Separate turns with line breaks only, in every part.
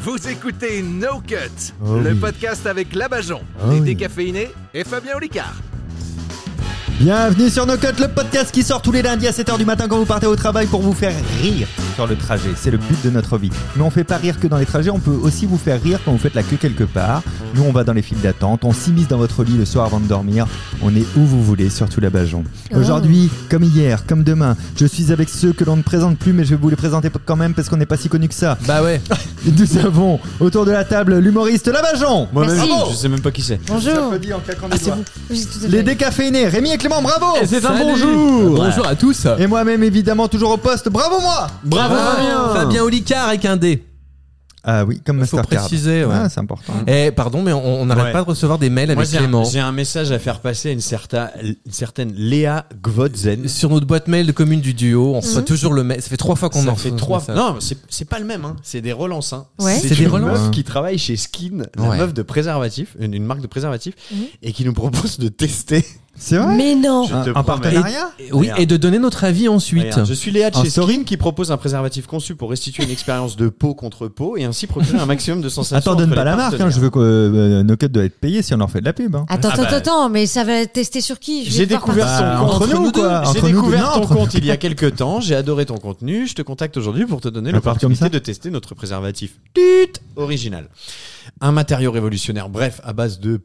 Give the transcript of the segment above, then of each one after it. Vous écoutez No Cut,
Ah
le podcast avec Labajon, les décaféinés et Fabien Olicard.
Bienvenue sur No Cut, le podcast qui sort tous les lundis à 7h du matin quand vous partez au travail pour vous faire rire sur le trajet. C'est le but de notre vie. Mais on fait pas rire que dans les trajets, on peut aussi vous faire rire quand vous faites la queue quelque part. Nous, on va dans les files d'attente, on s'immisce dans votre lit le soir avant de dormir. On est où vous voulez, surtout la Bajon. Aujourd'hui, comme hier, comme demain, je suis avec ceux que l'on ne présente plus, mais je vais vous les présenter quand même parce qu'on n'est pas si connus que ça.
Bah ouais.
Nous avons autour de la table l'humoriste Labajon.
Moi-même,
Merci.
je sais même pas qui c'est.
Bah, Bonjour.
en claquant
Ah, c'est vous. Oui, tout à
Les
fait.
décaféinés, Rémi et Clément, bravo
C'est
Salut. Bonjour.
Oh, Bonjour à tous. Ah.
Et moi-même, évidemment, toujours au poste. Bravo, moi
Bravo
Fabien.
Fabien Olicard avec un D.
Ah oui, comme
Faut
Mastercard.
préciser. Ouais.
Ah, c'est important.
Eh, pardon, mais on on n'arrête
Ouais.
pas de recevoir des mails
Moi,
avec
j'ai
Clément.
un, j'ai un message à faire passer à une, certain- une certaine Léa Gvodzen.
Sur notre boîte mail de commune du duo, on reçoit
Mhm.
toujours le mail. Ça fait trois fois qu'on
Ça
en
fait
reçoit
trois.
ce message.
Non, c'est c'est pas le même. Hein. C'est des relances. Hein.
Ouais.
C'est
C'est
des
une
relances.
meuf qui travaille chez Skin, la
Ouais.
meuf de préservatif, une, une marque de préservatif,
Mhm.
et qui nous propose de tester.
C'est vrai
Mais non.
Je te
Un, un
promets.
Ah, partenariat
Et- oui,
Regarde.
et de donner notre avis ensuite.
Regarde, Je suis Léa de
Un
chez
story
Skin qui propose un préservatif conçu pour restituer une expérience de peau contre peau et ainsi procurer un maximum de sensations.
Attends, donne
entre
pas
les
la marque. hein,
partenaires.
je veux que euh, No Cut doit être payé si on leur fait de la pub. hein.
Attends,
Ah
attends,
bah.
attends, mais ça va tester sur qui Je vais
J'ai
devoir
découvert
partir.
son
Bah,
compte.
entre nous,
deux.
quoi.
J'ai
Entre nous
découvert
deux, non,
ton
entre-
compte il y a quelques temps, j'ai adoré ton contenu, je te contacte aujourd'hui pour te donner
Ça part comme ça
l'opportunité de tester notre préservatif Tut original. Un matériau révolutionnaire, bref, à base de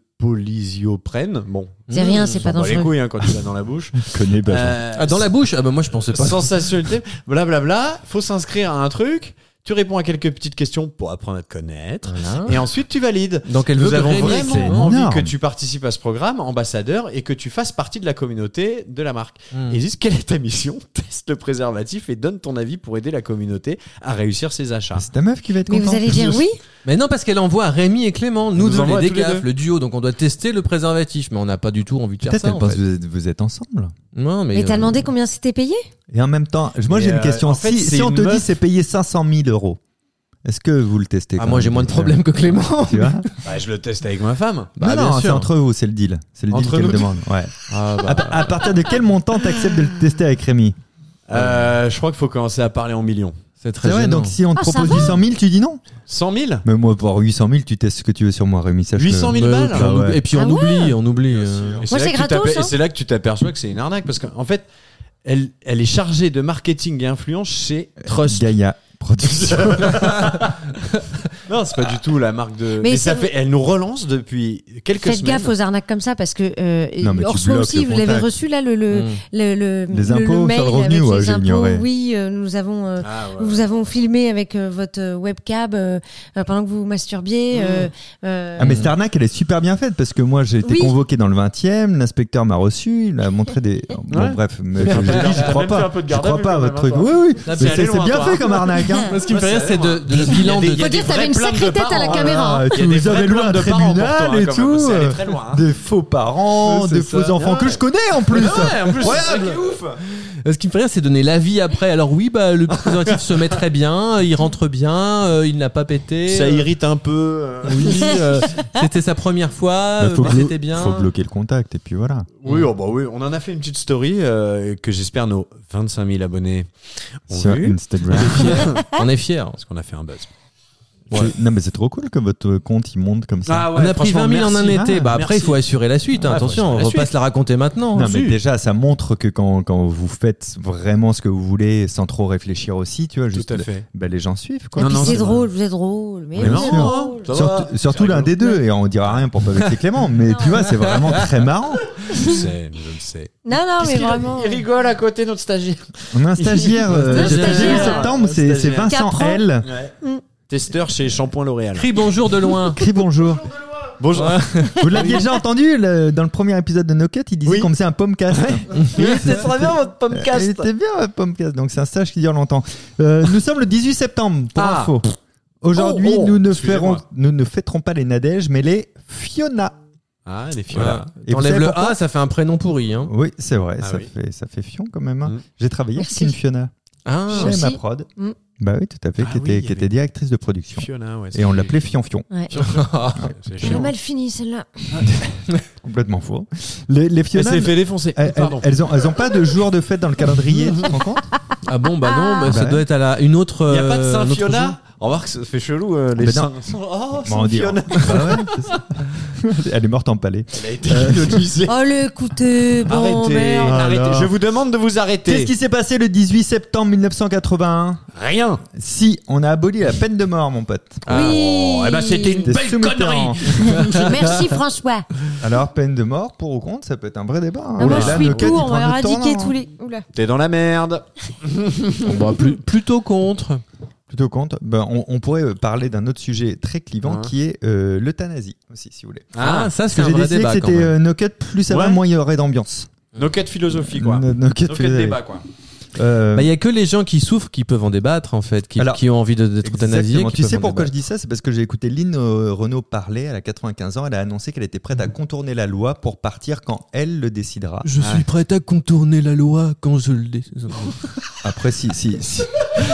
polysioprène. Bon,
C'est rien, c'est
on
pas
s'en bat les
dangereux.
couilles hein, quand tu l'as dans la bouche.
Je connais pas, genre.
Euh,
Ah, dans la bouche Ah bah moi je pensais pas.
Sensation ultime. Blablabla. Faut s'inscrire à un truc. Tu réponds à quelques petites questions pour apprendre à te connaître.
Voilà.
Et ensuite, tu valides.
Dans quel
Nous
vœu
avons
Rémi, c'est
vraiment envie
énorme.
que tu participes à ce programme, ambassadeur, et que tu fasses partie de la communauté de la marque.
Hmm.
Et ils disent quelle est ta mission Teste le préservatif et donne ton avis pour aider la communauté à réussir ses achats.
Ah, C'est ta meuf qui va être
Mais
contente.
vous allez dire oui
Mais non, parce qu'elle envoie à Rémi et Clément, nous,
nous
deux,
envoie
les
à tous les
décaf,
deux.
le duo, donc on doit tester le préservatif, mais on n'a pas du tout envie de faire
Peut-être
ça.
elle
en
pense
fait.
que vous êtes, vous êtes ensemble.
Non, mais.
Mais t'as
euh,
demandé combien c'était payé
Et en même temps, je- moi
Et,
j'ai une
euh,
question.
en fait,
si,
c'est
si on
une
te dit
meuf-
c'est payé 500 000 euros, est-ce que vous le testez
Ah,
quand
moi
même,
j'ai moins de
tu
problèmes que Clément.
vois Tu vois
Bah, je le teste avec ma femme.
Bah,
Non,
bien
non, c'est
sûr.
entre vous, c'est le deal. C'est le deal
Entre
qu'elle
nous.
demande. Ouais.
Ah, bah.
À pa- À partir de quel montant t'acceptes de le tester avec Rémi
Euh, je crois qu'il faut commencer à parler en millions.
C'est très
C'est vrai,
gênant.
donc si on te
Ah, ça
propose 800 000, tu dis non
100 000
Mais moi, pour 800 000, tu testes ce que tu veux sur moi, Rémi. sache-le.
800
Bah,
000 balles
et puis on
Ah ouais.
oublie- Et puis on
Ah
oublie, on oublie. euh,
Et c'est là
c'est
que tu
gratos,
t'appelles-
hein.
Et c'est là que tu t'aperçois que c'est une arnaque parce qu'en fait, elle, elle est chargée de marketing et influence chez Trust.
Gaïa Production.
Non, c'est pas du tout la marque de.
Mais
Mais, ça
c'est-
fait, elle nous relance depuis quelques
Faites
semaines.
gaffe aux arnaques comme ça parce que euh,
Non, mais tu
Orson
bloques
aussi,
le
vous l'avez
contact.
reçu là le le
Mm.
le, le-
Les
le- le
impôts sur
mail
le revenu,
avec
ouais,
les
j'ai
impôts.
ignoré.
Oui, euh, nous avons euh,
Ah, ouais.
vous avons filmé avec euh, votre euh, webcam euh, euh, pendant que vous masturbiez. euh, euh,
Ah, mais cette arnaque, elle est super bien faite parce que moi, j'ai été
Oui.
convoqué dans le 20 e l'inspecteur m'a reçu, il a montré des. Bon,
Ouais.
bref, mais je, je dis, je
T'as
crois
même fait
pas.
un peu de
Je
garde à
crois
vue
pas à
quand
votre
même,
truc.
hein,
Oui, oui,
Là, t'es
mais
allé
c'est c'est
loin,
bien
toi,
fait
hein.
comme arnaque. Hein.
Moi, ce qui me
Ouais,
fait rire,
c'est
c'est
vrai,
de,
moi.
de le bilan
Il y a
de.
des- il y
Faut
a des
dire que
vrais
t'avais une
plans de
sacrée tête à la
parents,
caméra. hein.
Ah,
Il y a
tu
des
nous
vrais
avais loin
plans
un
de parents pour toi,
tribunal
hein,
et
quand même.
tout.
C'est allé
euh,
très loin, hein.
Des faux parents,
Ouais, c'est
des faux
ça.
enfants que
Ouais.
je connais en plus.
Ouais, en plus, c'est ça
Incroyable.
qui est ouf.
Ce qui me fait rire, c'est donner l'avis après. Alors oui, bah le préservatif se met très bien, il rentre bien, euh, il n'a pas pété.
Ça
euh,
irrite un peu. euh,
Oui, euh, c'était sa première
Ah,
fois,
Bah,
euh,
faut
bah,
blo-
c'était bien.
faut bloquer le contact et puis voilà.
Oui, oh bah oui, on en a fait une petite story euh, que j'espère nos 25 000 abonnés ont
Sur
vu.
Instagram.
On est fiers.
Parce qu'on a fait un buzz.
C'est- Non, mais c'est trop cool que votre compte il monte comme
Ah
ça.
on a pris 20 000 en un
Ah merci.
été.
Ah,
Bah après, il
merci.
faut assurer la suite. hein.
Ouais, faut
Attention,
assurer
on
la
va pas
suite.
se la raconter maintenant. hein.
Non, mais
Si.
déjà, ça montre que quand, quand vous faites vraiment ce que vous voulez sans trop réfléchir aussi, tu vois, juste,
Tout à fait.
bah, les gens suivent.
Et
Quoi.
Non,
puis
non,
c'est
c'est
drôle, vous êtes drôle. Mais,
Mais
vous
non.
êtes drôle.
hein, Ça va,
Surtout, surtout l'un des deux, et on dira rien pour pas vexer Clément, mais tu vois, c'est vraiment très marrant.
Je sais, je le sais.
Non, non, mais vraiment. euh,
rigole à côté notre stagiaire.
On a un stagiaire, euh,
Un
j'ai pas
stagiaire.
vu septembre,
Un
c'est c'est
stagiaire.
Vincent
Quatre ans.
L.
Testeur chez Shampoing L'Oréal.
Crie bonjour de loin.
Crie bonjour.
Bonjour.
Vous l'aviez déjà entendu le- dans le premier épisode de No Cut, il disait
Oui.
qu'on faisait un pomcast.
C'est très bien votre
Euh, C'était bien un pomcast, donc c'est un stage qui dure longtemps. Euh, nous sommes le 18 septembre, pour
Ah.
info. Aujourd'hui,
Oh, oh,
nous, ne ferons-
excusez-moi.
nous ne fêterons pas les Nadèges, mais les Fiona.
Ah, les filles.
Voilà.
Et vous
T'enlèves
savez
le
pourquoi
A, ça fait un prénom pourri. Hein.
Oui, c'est vrai,
Ah
ça,
oui.
fait, ça fait fion quand même. hein.
Mm.
J'ai travaillé avec
Merci.
une Fiona
Ah.
Ah,
chez
aussi.
ma prod.
Mm.
Bah oui, tout à fait,
Ah
qui,
oui,
était,
il y
qui
avait-
était directrice de production.
Fiona, ouais.
Et on l'appelait Fion Fion,
Ouais.
C'est
Elle a
chiant.
mal fini celle-là.
complètement faux. Les, les
Elle
Fiona,
s'est fait défoncer.
elles, elles,
Pardon.
elles ont, elles ont pas de jour de fête dans le calendrier, tu te rends compte
Ah bon, bah non, bah,
Ah.
ça
Bah.
doit être à la, une autre.
Il n'y a pas de
euh, un autre
Saint-Fiona
jour.
On va voir que ça fait chelou, euh,
Ben
les
non.
seins. Oh,
Bon, on dit-
Fiona.
Ah ouais, c'est ça. Elle est morte empalée.
Elle a été hypnotisée.
Oh, le écoutez, bon,
arrêtez,
merde.
arrêtez.
Alors.
Je vous demande de vous
Ah, Qu'est-ce
arrêter.
qui s'est passé le 18 septembre 1981
Rien.
Si, on a aboli la peine de mort, mon pote.
Oui.
eh ben, c'était une
Des
belle
soumettants.
connerie.
Merci François.
Alors, peine de mort, pour ou contre, ça peut être un vrai débat. hein.
Ah, moi,
Et
je
là,
suis
Noquette, il
pour, on
prend
va
le temps,
éradiquer
là.
tous les. Oula.
T'es dans la merde.
Bon, Bah, plus- plutôt contre.
Plutôt contre. Ben, on, on pourrait euh, parler d'un autre sujet très clivant
Hein.
qui est euh, l'euthanasie aussi, si vous voulez.
Ah, ça, c'est
Parce
un
que j'ai
vrai
décidé que
débat. Quand
c'était
même.
euh, No Cut, plus ça va,
Ouais.
moins il y aurait d'ambiance.
Nos quatre philosophies, quoi.
No- No Cut,
Nos
plus
quatre
vous avez.
débats, quoi.
Euh,
Bah, Il y a que les gens qui souffrent qui peuvent en débattre, en fait, qui,
Alors,
qui ont envie de- d'être euthanasiés.
Exactement.
qui
Tu
peuvent
sais
en
pourquoi je
débattre.
dis ça C'est parce que j'ai écouté Lynn euh, Renault parler. Elle a 95 ans. Elle a annoncé qu'elle était
Mm.
prête à contourner la loi pour partir quand elle le décidera.
Je
Ouais.
suis prête à contourner la loi quand je le dé...
Après, si, Ah si, si.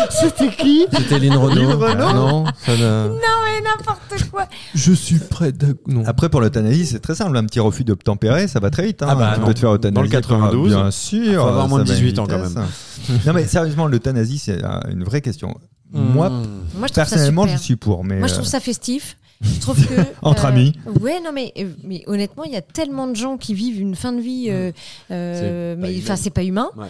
C'était qui
C'était Lynn Renault.
Lynn Renault
non, ça n'a-
Non, mais n'importe quoi.
Je suis prête à... Non.
Après, pour l'euthanasie, c'est très simple. Un petit refus d'obtempérer, ça va très vite. hein.
Ah bah,
tu
non.
peux te faire
Dans le
euthanasier.
92,
Bien sûr.
faut avoir moins
ça
de
va à une
18 ans, quand
vitesse.
même. Mm.
non, mais sérieusement, l'euthanasie, c'est euh, une vraie question. Moi,
Hmm.
Moi, je trouve ça
personnellement, je
super.
suis pour. Mais
Moi, je
euh,
trouve ça festif. Je trouve que. euh,
Entre amis.
Ouais, non, mais, euh, mais honnêtement, il y a tellement de gens qui vivent une fin de vie. euh, euh,
C'est pas
mais
humain.
enfin, c'est pas humain.
Ouais.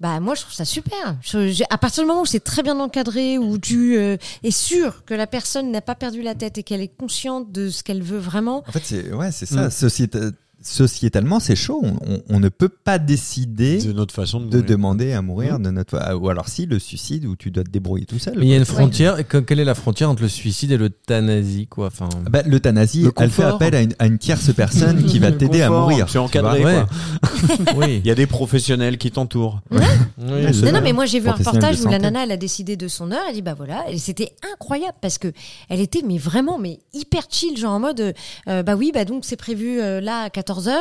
Bah, moi, je trouve ça super. Je- j'ai- à partir du moment où c'est très bien encadré, où tu euh, es sûr que la personne n'a pas perdu la tête et qu'elle est consciente de ce qu'elle veut vraiment.
euh, En fait, c'est ouais, c'est ça.
Mm.
Sociéta- sociétalement, c'est chaud. On, on- on ne peut pas décider
De notre façon de.
de
mourir.
demander à mourir de notre fa- ou alors si le suicide où tu dois te débrouiller tout seul.
Mais il y a une frontière. et que- Quelle est la frontière entre le suicide et l'euthanasie, quoi enfin...
Bah, l'euthanasie,
Le
elle fait
confort.
appel à une, à une tierce personne qui va
Le
t'aider à
confort,
mourir.
C'est
tu vois.
encadré,
vois.
quoi.
oui.
Il y a des professionnels qui t'entourent.
Oui,
Mais
c'est
de-
Non,
vrai.
non, mais moi j'ai vu un
professionnel de
reportage où
santé.
la nana elle a décidé de son heure, elle dit bah voilà, et c'était incroyable parce que elle était mais vraiment mais hyper chill, genre en mode euh, bah oui, bah donc c'est prévu euh, là à 14h. Euh,
Ah
on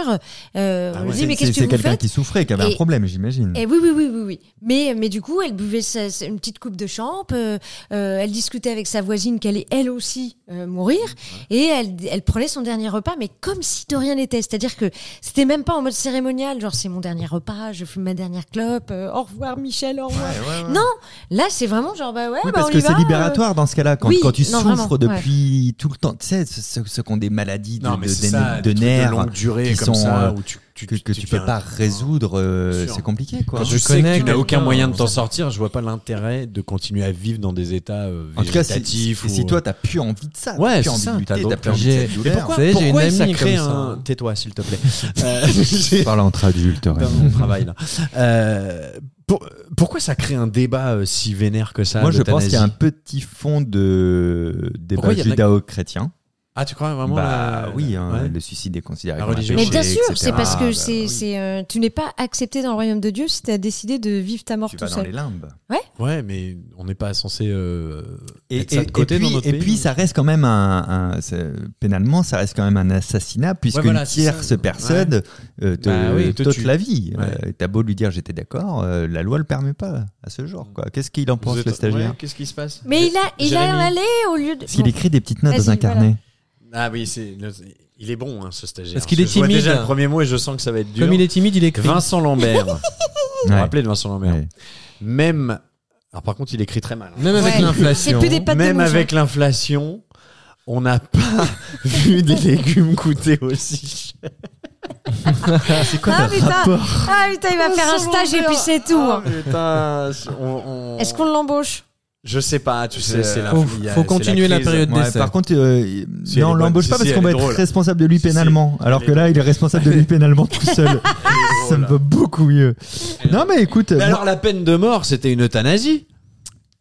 ouais.
lui dit
C'est-
mais
C'est
qu'est-ce
c'est
que vous
quelqu'un
faites
qui souffrait, qui avait un
Et-
problème, j'imagine.
Eh oui, oui, oui, oui, oui. Mais, mais du coup, elle buvait sa- sa- une petite coupe de champ, euh, euh, elle discutait avec sa voisine qu'elle allait elle aussi euh, mourir, et elle, elle prenait son dernier repas, mais comme si de rien n'était. C'est-à-dire que c'était même pas en mode cérémonial, genre c'est mon dernier repas, je fume ma dernière clope, euh, au revoir Michel, au revoir. Non, là c'est vraiment genre bah ouais,
Oui,
bah,
parce
on
que
y va,
c'est
euh.
libératoire dans ce cas-là, quand,
oui,
quand tu
non,
souffres
vraiment,
depuis tout le temps. Tu sais, ceux- ceux, ceux qui ont des maladies de,
Non, mais
de-
c'est
de-
ça,
de
des trucs
nerfs
de longue durée
qui
comme
sont,
ça
euh,
où tu, tu,
que, que tu peux
viens-
pas résoudre, euh,
Bien sûr.
c'est compliqué quoi.
Quand
Je
tu sais que
connais
tu n'as aucun
quelqu'un.
moyen de t'en sortir, je vois pas l'intérêt de continuer à vivre dans des états euh,
En tout cas, si,
végétatifs
si-
ou... euh,
si toi t'as plus envie de ça, t'as
Ouais,
plus
c'est
envie
ça,
de
t'as
lutter,
d'autres
t'as plus envie de
projets.
cette
Mais
douleur.
pourquoi,
Vous savez, j'ai
pourquoi
une
ça
amie
crée
comme ça.
un... Tais-toi, s'il te plaît. Euh, j'ai-
Parle entre adultes,
dans mon travail, là. Euh, pour- Pourquoi ça crée un débat euh, si vénère que ça
Moi, je pense
l'euthanasie
qu'il y a un petit fond de débat
Pourquoi il y en a-
judao-chrétien.
Ah, tu crois vraiment
Bah
euh,
oui, hein,
ouais.
le suicide est considéré
La
comme un
religion.
Mais
péché,
bien sûr, c'est
etc.
parce
Ah,
que
bah
c'est,
oui.
c'est, euh, tu n'es pas accepté dans le royaume de Dieu si tu as décidé de vivre ta mort
Tu
tout
vas dans les
seul.
limbes.
Ouais, mais on n'est pas censé euh,
Et,
mettre ça
et-
de côté
et puis,
dans notre
et
pays.
puis, ça reste quand même un, un- c'est- pénalement, ça reste quand même un assassinat puisque
Ouais, voilà,
une
c'est ça.
tierce personne euh, te,
Bah oui, te
t'ôte
tue.
la vie.
Ouais.
Euh, T'as beau lui dire j'étais d'accord, euh, la loi le permet pas à ce jour. quoi. Qu'est-ce qu'il en pense
Vous êtes-
le stagiaire
Ouais, Qu'est-ce qui se passe
Mais il a, il
Jérémy.
a allé au lieu de.
Parce qu'il
Bon.
écrit des petites notes dans un
Vas-y, voilà.
carnet.
Ah oui, c'est il est bon hein, ce stagiaire.
Parce qu'il est
Je vois
timide.
déjà le premier mot et je sens que ça va être dur.
Comme il est timide, il écrit.
Vincent Lambert. Vous vous
Ouais.
rappelez de Vincent Lambert
Ouais.
Même alors par contre, il écrit très mal. hein.
Même avec
Ouais. C'est
l'inflation.
plus des pattes de
Même
mouche,
avec l'inflation, on n'a pas vu des légumes coûter aussi cher.
C'est
Ah putain, ah putain, il va
Oh,
faire un stage et puis c'est tout.
Ah,
hein.
putain, on- on-
Est-ce qu'on l'embauche
Je sais pas, tu sais,
C'est-
c'est la
Faut-
il y a-
faut
c'est
continuer la
crise.
période
Ouais,
d'essai.
par contre, euh,
Si, elle
non, on
est
l'embauche pas
bonne. Si,
parce
si,
qu'on
elle
va
est
être
drôle.
responsable de lui
Si, si.
pénalement. Alors
Elle
que
est
là, il est responsable de lui pénalement tout seul. Ah, Ça me va beaucoup mieux. Non, mais écoute,
Mais
moi-
alors la peine de mort, c'était une euthanasie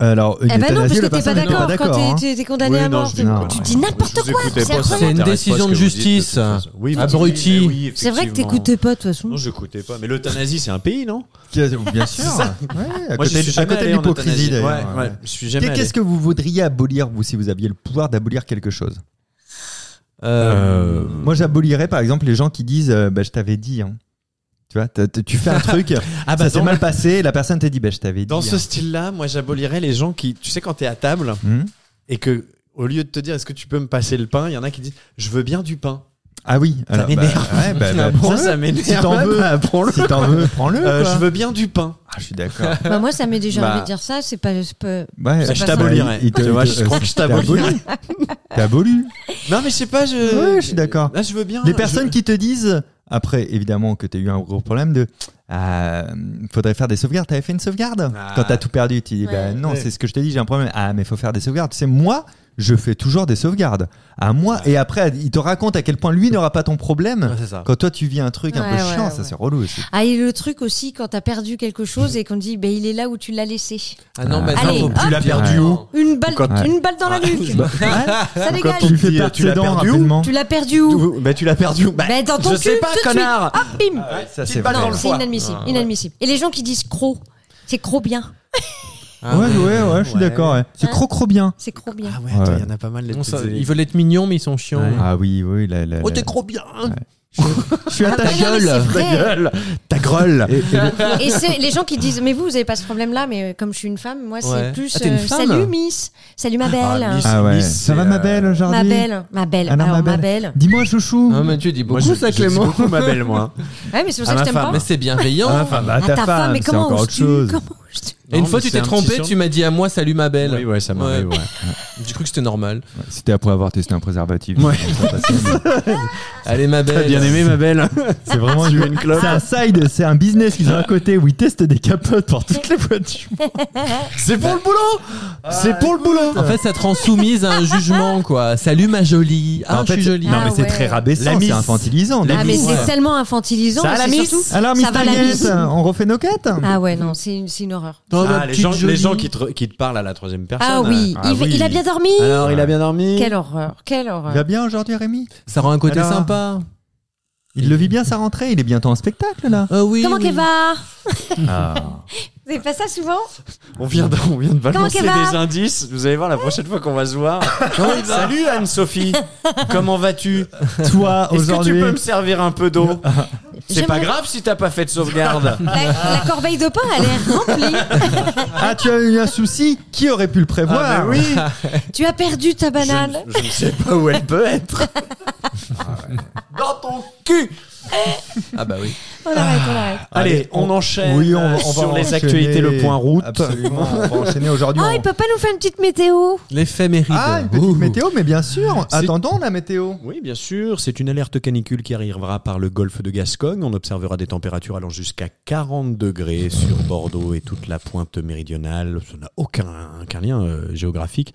alors, une
Eh ben non,
euthanasie,
parce
la
que t'es pas
personne n'était
d'accord quand t'es-
hein.
t'es- t'es condamné
Oui,
à
non,
mort.
je
t'es-
dis-
Non.
Tu dis n'importe quoi. C'est incroyable.
C'est une décision de justice.
Oui, mais-
Abruti.
Mais oui,
C'est vrai que euh,
effectivement.
t'écoutais pas de toute façon.
Non, je n'écoutais pas. Mais l'euthanasie, c'est un pays, non
Bien sûr. Ouais, à
Moi, je
côté,
suis
à
jamais
côté de
allé en
l'hypocrisie,
euthanasie.
d'ailleurs.
Ouais, ouais, je suis jamais
Qu'est-
allé.
Qu'est-ce que vous voudriez abolir, vous, si vous aviez le pouvoir d'abolir quelque chose
Euh,
Moi, j'abolirais, par exemple, les gens qui disent euh, bah, Je t'avais dit. hein. Tu vois, t'as- t'as- tu fais un truc,
Ah
ça
bah,
s'est
dans,
mal passé, et la personne t'a dit bah, Je t'avais dit.
dans ce
hein.
style-là, moi, j'abolirais les gens qui, tu sais, quand t'es à table
Hmm
et que, au lieu de te dire, est-ce que tu peux me passer le pain, il y en a qui disent, je veux bien du pain.
Ah oui. alors, bah,
m'énerve.
ouais, bah, bah,
Ça,
prends-le.
ça m'énerve.
Si t'en veux,
Bah, prends-le,
Si t'en veux, prends-le.
Euh,
quoi.
je veux bien du pain.
Ah, je suis d'accord.
Bah, moi, ça m'est déjà
Bah.
envie de dire ça. C'est pas. c'est pas-
Ouais,
C'est
je
pas ça.
t'abolirais.
Bah, Il te-
Tu vois,
il te-
je crois que je
t'as
t'abolirais.
aboli. T'as aboli.
Non, mais je sais pas, je.
Ouais, je suis d'accord.
Là, je veux bien.
Les personnes qui te disent, après évidemment que t'as eu un gros problème de, Ah, faudrait faire des sauvegardes. T'avais fait une sauvegarde
Ah.
quand t'as tout perdu. Tu dis, bah,
Ouais.
non,
Ouais.
c'est ce que je t'ai dit. J'ai un problème. Ah, mais faut faire des sauvegardes. Tu sais, moi, je fais toujours des sauvegardes. À moi. Et après, il te raconte à quel point lui n'aura pas ton problème.
Ouais, c'est ça.
Quand toi, tu vis un truc un peu
Ouais, ouais,
chiant,
ouais.
ça c'est relou aussi.
Ah, et le truc aussi, quand t'as perdu quelque chose et qu'on te dit, ben il est là où tu l'as laissé.
Ah non, mais
Allez,
non,
hop.
tu l'as perdu
Ouais.
où
Une balle,
Quand-
une balle dans la nuque. Hein ça
quand
dégage.
on-
Tu lui fais
dis,
perdre
tu
ses
l'as
dents
perdu où
rapidement.
Tu l'as perdu où
Bah, tu l'as perdu. Bah,
Ben, dans ton
je
cul,
sais pas,
tout de suite.
connard.
Hop, bim.
Ça
Petite
c'est
balle
vrai.
dans le
C'est
foie.
inadmissible,
Ah, ouais.
inadmissible. Et les gens qui disent croc, c'est croc bien,
Ouais, ouais, ouais, je suis
Ouais.
d'accord. ouais. C'est
Hein
crocro bien.
c'est croc bien.
Ah ouais, attends, il
Ouais.
y en a pas mal. les
Non, ça-
petites-
Ils veulent être mignons, mais ils sont chiants.
Ouais.
Ah oui, oui, la, la,
Oh,
la-
t'es trop bien.
Je suis à ta
Ah, mais non, mais
gueule.
c'est vrai.
Ta grolle.
Et- et le-
Et c'est les gens qui disent mais vous vous avez pas ce problème là mais euh, comme je suis une femme moi
Ouais.
c'est plus euh,
Ah, t'es une femme
salut Miss salut ma belle
Ah, Miss,
Ah ouais.
Miss,
Ça va
c'est,
ma
euh,
belle
ma
aujourd'hui
belle ma belle
Ah non,
alors
ma
ma belle
Dis-moi chouchou.
Ah, mais tu dis beaucoup
Moi, je-
ça,
je dis
Clément.
Hein, beaucoup ma belle, moi.
ouais mais c'est pour ça
Ah,
que
ma
je t'aime
femme,
pas
Mais c'est bienveillant.
Ah, enfin, bah,
Ah, ta femme mais
c'est
comment
encore autre
oses-tu
chose.
Comment oses-tu
Et une
Non,
fois,
mais
tu
c'est
t'es
un petit
trompé,
surnom.
tu m'as dit à moi, salut ma belle.
Oui, ouais, ça m'arrive, ouais.
J'ai cru que c'était normal.
C'était après avoir testé un préservatif.
Ouais.
Allez, ma belle.
T'as bien aimé, ma belle.
C'est vraiment une, C'est un side, c'est un business qu'ils ont à côté où ils testent des capotes pour toutes les voitures.
C'est pour le boulot.
Ah,
C'est pour le boulot.
En fait, ça te rend soumise à un jugement, quoi. Salut ma jolie.
Bah,
Ah,
En
je
fait,
suis jolie.
Non,
Ah
mais c'est
ouais.
très
La
rabaissant,
miss.
c'est infantilisant.
La
ah mais
miss.
c'est tellement infantilisant
Ça,
mais
la
c'est
miss.
surtout
Alors,
ça va
Mr.
la
Yes,
miss
on refait nos quêtes
ah ouais
Mhm.
non c'est une, c'est une horreur
Oh, ma
Ah, les,
petite
gens, les
jolie.
gens qui te, qui te parlent à la troisième personne.
ah oui,
ah
il, va-
oui.
il a bien dormi
Alors, il a bien dormi.
quelle horreur quelle
Il
horreur
va bien aujourd'hui, Rémi
Ça rend un côté
Alors
sympa.
Il le vit bien sa rentrée, il est bientôt en spectacle là.
Ah oui.
comment
oui.
qu'elle va
Ah.
vous avez pas ça souvent
On vient de, on vient de balancer des
qu'elle va
indices. Vous allez voir la prochaine fois qu'on va se voir. Salut Anne-Sophie. Comment vas-tu
Toi,
Est-ce que tu
aujourd'hui.
peux me servir un peu d'eau C'est pas
J'aimerais-
grave si t'as pas fait de sauvegarde.
la, la corbeille de pain elle est remplie
Ah, tu as eu un souci Qui aurait pu le prévoir
Ah, mais oui.
tu as perdu ta banane
Je, ne- je ne sais pas où elle peut être. Dans ton cul.
Ah bah oui.
on arrête on arrête
Allez, on enchaîne
Oui, on,
euh,
on va
sur les
enchaîner.
actualités, le point route.
Absolument, on va enchaîner aujourd'hui.
Ah,
on-
il peut pas nous faire une petite météo
L'éphéméride.
Ah, une petite
Ouh.
météo, mais bien sûr.
C'est-
Attendons la météo.
Oui, bien sûr, c'est une alerte canicule qui arrivera par le golfe de Gascogne. On observera des températures allant jusqu'à 40 degrés sur Bordeaux et toute la pointe méridionale. Ça n'a aucun, aucun lien euh, géographique.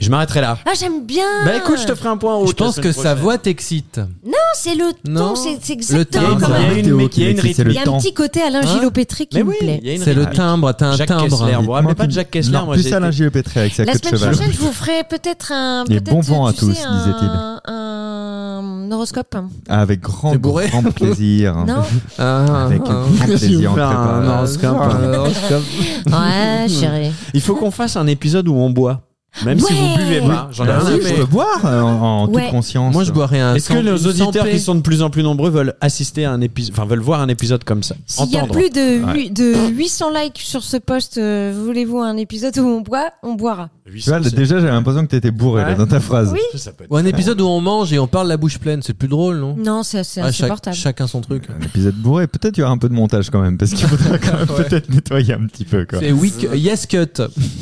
Je m'arrêterai là.
Ah, j'aime bien.
Bah écoute, je te ferai un point route.
Je pense
la
que
semaine
sa
prochaine.
voix t'excite.
Non, c'est le
Non,
ton, c'est
Ah,
c'est
le
exactement
timbre.
comme
Il y
un-
a une
Météo
mé-
qui
il y a une
m'excite, c'est
rythme.
le
Il y a un
temps.
petit côté Alain
Hein
Gilopétrie qui
Mais
me
oui,
plaît.
il y a une
C'est le
rythme.
timbre, t'as un
Jacques
timbre.
Kessler. On vous rappelez pas de Jacques Kessler,
Non,
moi,
plus
j'ai
Alain
été-
Gilopétré avec sa
La
queue de
semaine
cheval.
prochaine, je vous ferai peut-être un.
Et
peut-être,
bon vent à
tu
tous,
sais,
disait-il.
Un, un horoscope.
Ah, Avec grand,
T'es bourré
grand plaisir.
Non
Ah,
Avec
ah,
grand plaisir. on
Enfin,
prépare. Ah,
non, c'est quand même pas-
Ouais, chérie.
Il faut qu'on fasse un épisode où on boit. Même si vous
Ouais.
buvez pas. J'en ai
Ah
Ah oui,
rien à
faut
oui,
foutre.
mais-
le boire euh, en, en
Ouais.
toute conscience.
Moi, je boirais un.
Est-ce que
sans-
nos
sans
auditeurs
paix
qui sont de plus en plus nombreux veulent assister à un épisode, enfin veulent voir un épisode comme ça
S'il y a
Entendre.
plus de, huit- de 800 likes sur ce post, euh, voulez-vous un épisode où on boit On boira.
Tu vois, déjà, j'avais l'impression que t'étais bourré là,
Ouais.
dans ta phrase.
Oui.
Ça peut être-
Ou un épisode où on mange et on parle la bouche pleine, c'est le plus drôle, non
Non, c'est c'est
Ah, chaque-
insupportable.
Chacun son truc.
Un épisode bourré. Peut-être il y aura un peu de montage quand même, parce qu'il faudra quand même peut-être nettoyer un petit peu. Quoi.
C'est week yes cut.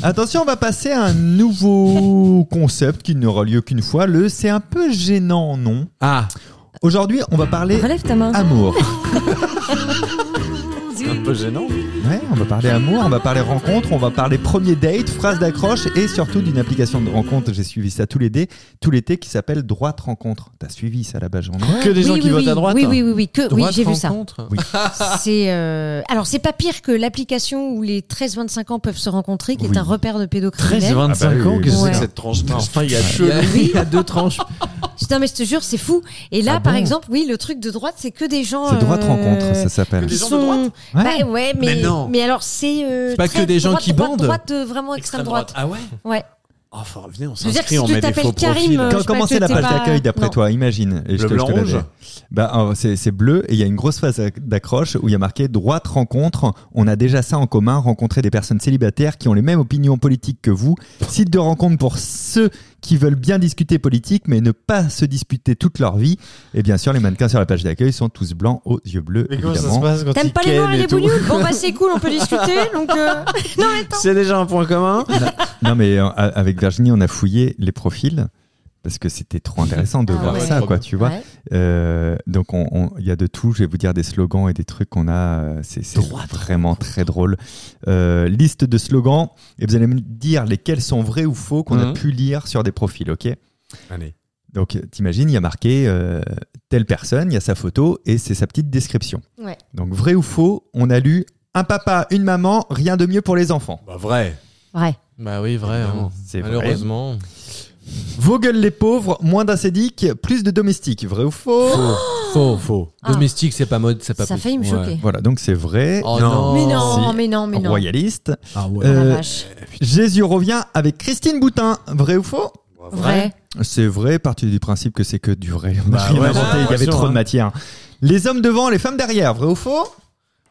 Attention, on va passer à un nouveau concept qui n'aura lieu qu'une fois. Le c'est un peu gênant, non
Ah,
Aujourd'hui, on va parler
Relève ta main.
amour.
c'est un peu gênant.
Ouais, on va parler amour, on va parler rencontre, on va parler premier date, phrase d'accroche et surtout d'une application de rencontre. J'ai suivi ça tous les dés, tout l'été qui s'appelle Droite Rencontre. T'as suivi ça là-bas, jean
Que des gens
Ah, oui,
qui
oui,
votent
oui.
à droite.
hein.
Oui, oui, oui, oui, que, oui
Droite
j'ai vu ça.
rencontre.
C'est euh, alors c'est pas pire que l'application où les 13-25 ans peuvent se rencontrer, qui
Oui.
est un repère de
13,
pédocriminels.
25
Ah bah oui,
ans,
oui,
qu'est-ce que
oui.
c'est que
Ouais.
cette tranche Enfin, il y a
Il y a- Il y a deux tranches.
Non mais je te jure, c'est fou. Et là,
Ah
par
bon
exemple, oui, le truc de droite, c'est que des gens.
C'est Droite
euh,
Rencontre, ça s'appelle.
qui
gens de
sont-
droite
Ouais.
Bah ouais, mais,
Mais non.
alors c'est. euh,
C'est pas
très
que des gens
droite,
qui
droite,
bandent.
Droite, euh, vraiment extrême droite.
Ah ouais
Ouais.
Oh, faut revenir, on
veux dire que
s'inscrit,
si
on
tu
met des
t'appelles
faux profils.
Karim, euh,
Quand-
je sais
comment
pas,
c'est
t'es
la page
pas-
d'accueil d'après
non.
toi Imagine. Et je te-
Le
je te
blanc
la
rouge
mets. Bah, oh, c'est c'est bleu et il y a une grosse phase d'accroche où il y a marqué droite rencontre. On a déjà ça en commun, rencontrer des personnes célibataires qui ont les mêmes opinions politiques que vous. Site de rencontre pour ceux qui veulent bien discuter politique, mais ne pas se disputer toute leur vie. Et bien sûr, les mannequins sur la page d'accueil sont tous blancs aux yeux bleus,
Mais comment ça se
évidemment.
passe quand
T'aimes
ils
pas les noirs et
kennent
les
et tout
bougnoules Bon bah c'est cool, on peut discuter. Donc euh, non mais attends.
C'est déjà un point commun.
Non, mais euh, avec Virginie, on a fouillé les profils parce que c'était trop intéressant de
Ah
voir
ouais.
ça, quoi, tu vois.
Ouais.
Euh, donc, on- on- il y a de tout. Je vais vous dire des slogans et des trucs qu'on a. euh, C'est c'est vraiment très drôle. Euh, liste de slogans. Et vous allez me dire lesquels sont vrais ou faux qu'on a
Mhm.
pu lire sur des profils, ok
Allez.
Donc, euh, t'imagines, il y a marqué euh, telle personne, il y a sa photo et c'est sa petite description.
Ouais.
Donc, vrai ou faux, on a lu un papa, une maman, rien de mieux pour les enfants.
Bah, vrai.
Ouais.
Bah oui, vrai. hein.
C'est vrai.
Malheureusement.
Vos gueules les pauvres, moins d'incédiques, plus de domestiques. Vrai ou faux
Faux.
Oh. Faux.
Ah.
Domestique, c'est pas mode, c'est pas
Ça a
possible.
failli me choquer.
Voilà, donc c'est vrai.
Oh non.
Non.
Mais non,
Si.
mais non, mais non.
Royaliste.
Ah ouais.
Ah, la
Euh,
vache.
Jésus revient avec Christine Boutin. Vrai ou faux
Vrai.
C'est vrai, partir du principe que c'est que du vrai. On n'a
Bah
rien
ouais,
inventé,
j'ai
il y avait
l'impression,
trop de
hein.
matière. Les hommes devant, les femmes derrière. Vrai ou faux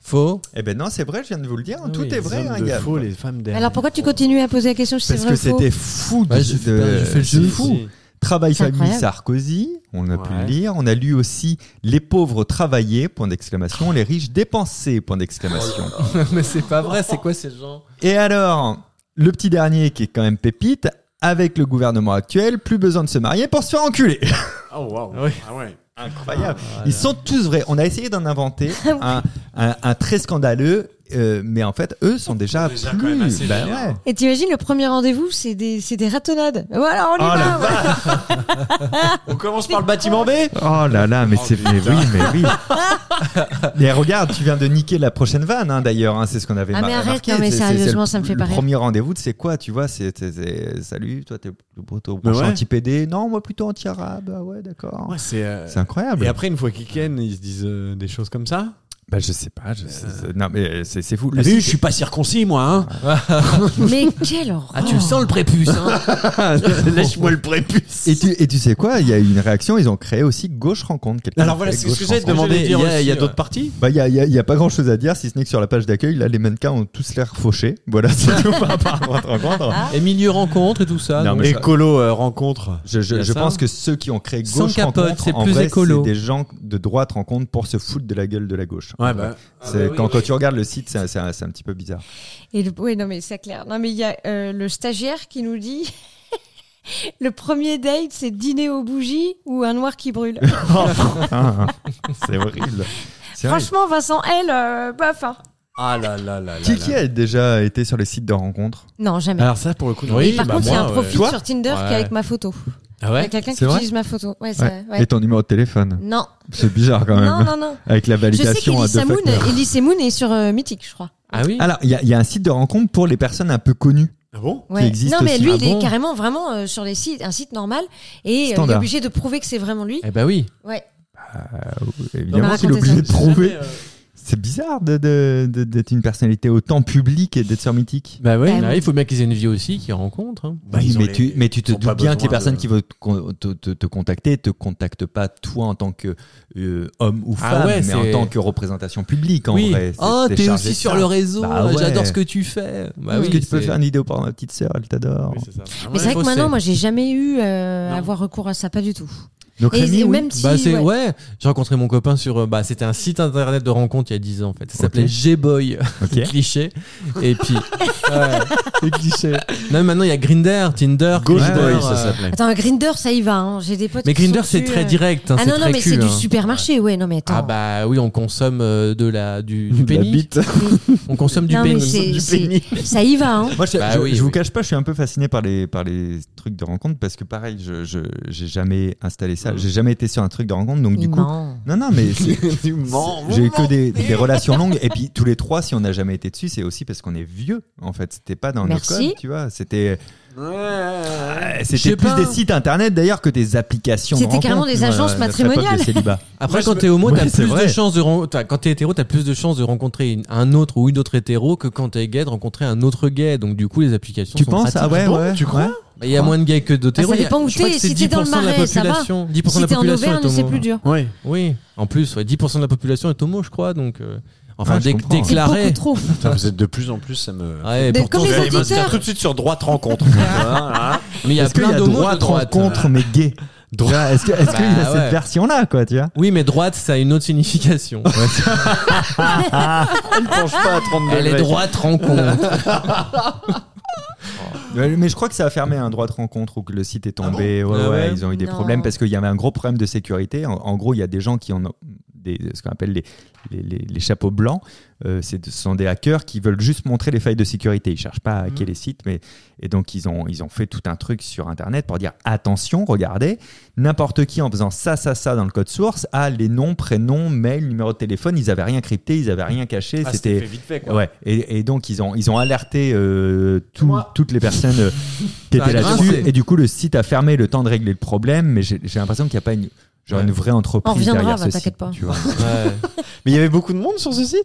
Faux.
Eh ben non, c'est vrai, je viens de vous le dire.
Ah
Tout
oui,
est
les
vrai,
hommes
hein,
de
Gab.
faux, les femmes derrière.
Alors pourquoi tu continues à poser la question si c'est
Parce que
vrai ou faux
c'était fou. De,
Ouais, j'ai fait-
de-
j'ai fait le
c'est
jeu.
fou. Travail
C'est
famille
incroyable.
Sarkozy, on a pu
Ouais.
le lire. On a lu aussi Les pauvres travaillaient, point d'exclamation, les riches dépensaient, point d'exclamation.
mais c'est pas vrai, c'est quoi ces gens
Et alors, le petit dernier qui est quand même pépite, avec le gouvernement actuel, plus besoin de se marier pour se faire enculer.
Oh, waouh. Ah ouais. Ah
Incroyable. Ils sont tous vrais. On a essayé d'en inventer un, un- un très scandaleux, euh, mais en fait, eux sont déjà,
déjà
plus.
quand même assez
Bah
généreux.
ouais.
Et t'imagines le premier rendez-vous, c'est des, c'est des ratonnades. Voilà, on y
Oh, la
va. ouais.
On commence par le bâtiment B
Oh là là, mais
Oh,
c'est mais oui, mais oui. Et regarde, tu viens de niquer la prochaine vanne, hein, d'ailleurs. hein, c'est ce qu'on avait
Ah, mais
mar-
arrête,
remarqué.
non, mais
C'est- c'est- c'est le-
sérieusement, ça me fait
le
pas rire.
premier rendez-vous, c'est quoi, tu vois C'est c'est- c'est- salut, toi, t'es plutôt
Mais ouais.
anti-PD. Non, moi plutôt anti-arabe. Ah ouais, d'accord.
Ouais, c'est. euh,
C'est incroyable.
Et après, une fois qu'ils kennent, ils se disent euh, des choses comme ça
Bah, je sais pas. je sais- Non, mais euh, c'est c'est fou. Le
T'as vu,
site-
je suis pas circoncis, moi. hein.
Mais quelle horreur.
Ah, tu sens le prépuce, hein
Lèche-moi le prépuce.
Et tu, et tu sais quoi Il y a eu une réaction. Ils ont créé aussi Gauche Rencontre. Quelqu'un
Alors
a
voilà,
fait
c'est ce
Gauche
que j'ai
Rencontre.
demandé.
J'allais
Il
dire
y a, il y a
aussi,
d'autres
euh,
parties
Bah, il y a, il y a- il y a pas grand chose à dire, si ce n'est que sur la page d'accueil, là, les mannequins ont tous l'air fauchés. Voilà, c'est tout par rapport à Gauche Rencontre.
Ah.
Et milieu rencontre et tout ça.
Non,
donc-
mais ça-
Écolo euh, rencontre.
Je, je-
Il y a
je
ça.
pense que ceux qui ont créé gauche
Sans capote,
rencontre,
c'est
en
plus
vrai,
écolo.
C'est des gens de droite rencontre pour se foutre de la gueule de la gauche.
Ouais, bah.
C'est- quand, quand tu regardes le site, c'est, c'est un, c'est un petit peu bizarre.
Et le, oui, non, mais c'est clair. Non, mais il y a euh, le stagiaire qui nous dit le premier date, c'est dîner aux bougies ou un noir qui brûle.
Hein, hein. c'est horrible. C'est horrible.
Franchement, Vincent, elle, euh, bof. hein.
Ah là là là là.
Qui,
là.
qui a déjà été sur les sites de rencontre
Non, jamais.
Alors ça, pour le
Ah
coup, non.
Oui,
Et par
bah
contre, il y a un
moi,
profil
Toi
sur Tinder qui
Ouais.
est avec ma photo. Il
Ah
y
ouais
a quelqu'un qui
C'est vrai
utilise ma photo. Ouais, ça- ouais.
Et ton numéro de téléphone
Non.
C'est bizarre quand même.
non, non, non.
Avec la
Je sais
validation à
qu'Elisa
deux
Moon,
facteurs.
Elise Moon est sur euh, Mythique, je crois.
Ah oui
Alors, il y, a- il y a un site de rencontre pour les personnes un peu connues.
Ah bon
Ouais.
existe
non, mais
aussi.
lui,
Ah
il
bon
est carrément vraiment euh, sur les sites, un site normal et euh, il est
Standard.
obligé de prouver que c'est vraiment lui.
Eh bah oui.
Ouais. On
Évidemment,
m'a
s'il est
raconté
obligé
Bah, ça.
de prouver.
euh,
C'est bizarre de- de- de- d'être une personnalité autant publique et d'être sur Mythique.
Bah
Bah
oui.
oui.
Il faut bien qu'ils aient une vie aussi, qu'ils rencontrent. hein.
Bah,
oui,
ils ont
mais,
les-
tu, mais tu te
ils ont
doutes
pas
bien que les
besoin
personnes
de-
qui veulent con- te, te- te contacter te contactent pas toi en tant que euh, homme ou
Ah
femme,
ouais,
mais en
c'est-
tant que représentation publique en
oui.
vrai. C'est-
Ah,
c'est
t'es
chargé
aussi
de
sur
ça.
le réseau. euh,
Bah ouais.
J'adore ce que tu fais. Bah
Est-ce
oui.
que tu peux
c'est-
faire une vidéo pour ma petite sœur, elle t'adore.
Oui, c'est ça. Ah
Mais
ouais.
c'est vrai
faut
que maintenant,
c'est-
moi, j'ai jamais eu euh,
Non.
avoir recours à ça, pas du tout.
Donc
Et
Rémi,
et
oui.
même si,
Bah c'est ouais.
ouais.
J'ai rencontré mon copain sur euh, bah c'était un site internet de rencontre il y a 10 ans en fait. Ça
Ok.
s'appelait Gboy,
Ok.
cliché. Et puis ouais, c'est cliché. Non mais maintenant il y a Grinder, Tinder,
Gauche
Grindr,
Boy,
euh,
ça s'appelait.
Attends, Grinder, ça y va. hein. J'ai des potes.
Mais
qui sont
Grinder c'est
dessus,
très
euh.
direct, hein,
Ah
c'est
non, non,
très
mais
cul,
c'est
hein.
du supermarché, ouais. Non, mais attends.
Ah bah oui, on consomme euh, de la du,
La
du penny.
bite.
On consomme du
Non, mais
penny.
c'est-
Du
c'est-
penny.
Ça y va, hein.
Moi, je,
Bah
je-
oui,
je vous
oui.
cache pas, je suis un peu fasciné par les, par les trucs de rencontre parce que pareil, je je- j'ai jamais installé ça, j'ai jamais été sur un truc de rencontre, donc du
Il
coup.
ment.
Non, non, mais c'est-
Tu mens.
J'ai eu que des, des relations longues. Et puis, tous les trois, si on n'a jamais été dessus, c'est aussi parce qu'on est vieux, en fait. C'était pas dans le
Merci.
code, tu vois. C'était euh, c'était
sais
plus
pas.
des sites internet, d'ailleurs, que des applications. de
C'était carrément
rencontres,
des
euh,
agences
notre époque de
matrimoniales.
célibat.
Après
Moi,
quand
je-
t'es homo,
Ouais,
t'as
c'est
plus
vrai.
de chances de ren- t'as- quand t'es hétéro, t'as plus de chances de rencontrer une- un autre ou une autre hétéro que quand t'es gay de rencontrer un autre gay. Donc du coup les applications
Tu
sont
penses Ah
pratiques.
ouais, ouais.
tu crois
ouais.
Bah, Il y a moins de gays que d'hétéros.
Ah, ça
Il y a-
dépend où
je crois
t'es.
que c'est
Si t'es dans le
10% de la
Marais, ça va.
population. 10% de
Si
la
t'es en
population est
Auvergne,
homo.
c'est plus dur.
Ouais.
Oui, en plus, ouais, 10% de la population est homo, je crois. Donc, euh, Enfin,
Ah, je
dé-
comprends.
C'est beaucoup
déclaré.
trop.
Putain, vous êtes de plus en plus, ça me.
Ouais,
Des-
pourtant,
comme les
je-
Allez,
auditeurs.
m'inscrire tout de suite sur droite rencontre. Voilà, hein.
mais il y a
Est-ce qu'il y
plein
a
de mots
droite
de droite.
rencontre mais gay Tu
Droite.
vois, Est-ce que- est-ce qu'il y a
Bah,
cette
ouais.
version-là, quoi, tu vois
hein. Oui, mais droite, ça a une autre signification.
Elle ne penche pas à 32
Elle est
degrés.
droite rencontre.
Ouais, Euh, Mais je crois que ça a fermé un droit de rencontre ou que le site est tombé. ouais, ouais,
Ah ouais
ils ont eu des
Non.
problèmes parce qu'il y avait un gros problème de sécurité. En, en gros, il y a des gens qui en ont des, ce qu'on appelle les, les, les- les chapeaux blancs. Euh, c'est- ce sont des hackers qui veulent juste montrer les failles de sécurité. Ils cherchent pas à
Mmh.
hacker les sites. Mais, et donc, ils ont, ils ont fait tout un truc sur Internet pour dire attention, regardez, n'importe qui en faisant ça, ça, ça dans le code source a les noms, prénoms, mail, numéro de téléphone. Ils avaient rien crypté, ils avaient rien caché.
Ah,
C'était
fait vite fait, quoi.
Ouais, et, et donc ils ont, ils ont alerté euh, tout-
Moi.
toutes les personnes euh, qui
Ça
étaient
a
là-dessus.
grincé.
Et du coup, le site a fermé le temps de régler le problème, mais j'ai j'ai l'impression qu'il n'y a pas une, genre
Ouais.
une vraie
On
entreprise
reviendra,
derrière
va,
ce
t'inquiète
site,
pas.
tu vois.
Ouais.
Mais il y avait beaucoup de monde sur ce site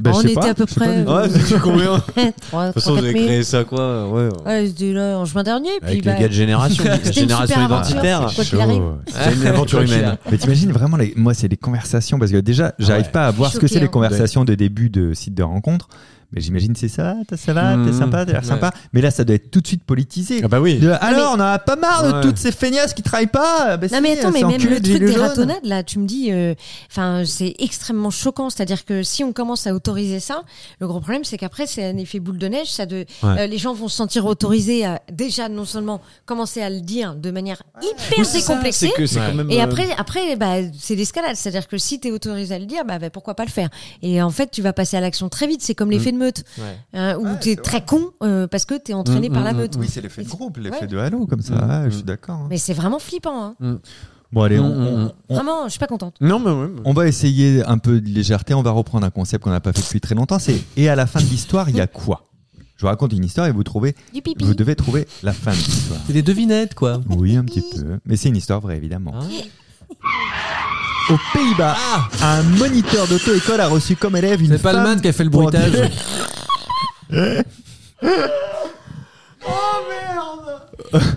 Bah, je
on
sais
était
pas,
à peu
je sais pas
près.
du tout.
euh,
c'est combien De toute
3,
façon, vous avez créé ça, quoi ouais.
Ouais, c'était là en juin dernier. puis
Avec
bah,
les gars de génération,
une
génération
super aventure,
identitaire.
quoi qu'il arrive.
Chaud. C'était une aventure
Quoi qu'il
humaine.
Mais t'imagines vraiment, les- moi, c'est des conversations, parce que déjà, j'arrive
ouais.
pas à voir ce que
Choqué,
c'est les
hein.
conversations de début de site de rencontre. Mais j'imagine, c'est ça, va, t'as- ça va, t'es
Mhm.
sympa, t'as l'air
Ouais.
sympa. Mais là, ça doit être tout de suite politisé.
Ah bah oui.
De, alors, on en a pas marre de
Ouais.
toutes ces feignasses qui travaillent pas. Bah,
Non
si,
mais attends,
ces
mais même
enculés de
le truc
gilets
des
jaunes.
ratonnades, là, tu me dis, euh, enfin, c'est extrêmement choquant. C'est-à-dire que si on commence à autoriser ça, le gros problème, c'est qu'après, c'est un effet boule de neige. Ça de, euh, les gens vont se sentir autorisés à déjà non seulement commencer à le dire de manière hyper décomplexée.
que c'est
Ouais.
même.
Et
euh,
après, après, bah, c'est l'escalade. C'est-à-dire que si t'es autorisé à le dire, bah, bah, pourquoi pas le faire Et en fait, tu vas passer à l'action très vite. C'est comme l'effet de meute,
Ouais.
hein, où t'es très con euh, parce que t'es entraîné
Mm,
par
mm,
la
mm,
meute.
Oui, c'est l'effet de groupe, l'effet
Ouais.
de halo, comme ça.
Mm.
Ouais, je suis d'accord. hein.
Mais c'est vraiment flippant. Hein.
Bon, allez, on,
Mm, mm,
on-
mm.
on-
Vraiment, je suis pas contente.
Non, mais ouais.
on va essayer un peu de légèreté. On va reprendre un concept qu'on n'a pas fait depuis très longtemps. C'est et à la fin de l'histoire, il y a quoi Je vous raconte une histoire et vous trouvez,
Du pipi.
vous devez trouver la fin de l'histoire.
C'est des devinettes, quoi.
Oui, un petit peu. Mais c'est une histoire vraie, évidemment.
Hein
Aux Pays-Bas, un moniteur d'auto-école a reçu comme élève une
C'est pas le
femme
man qui a fait le
pour-
bruitage.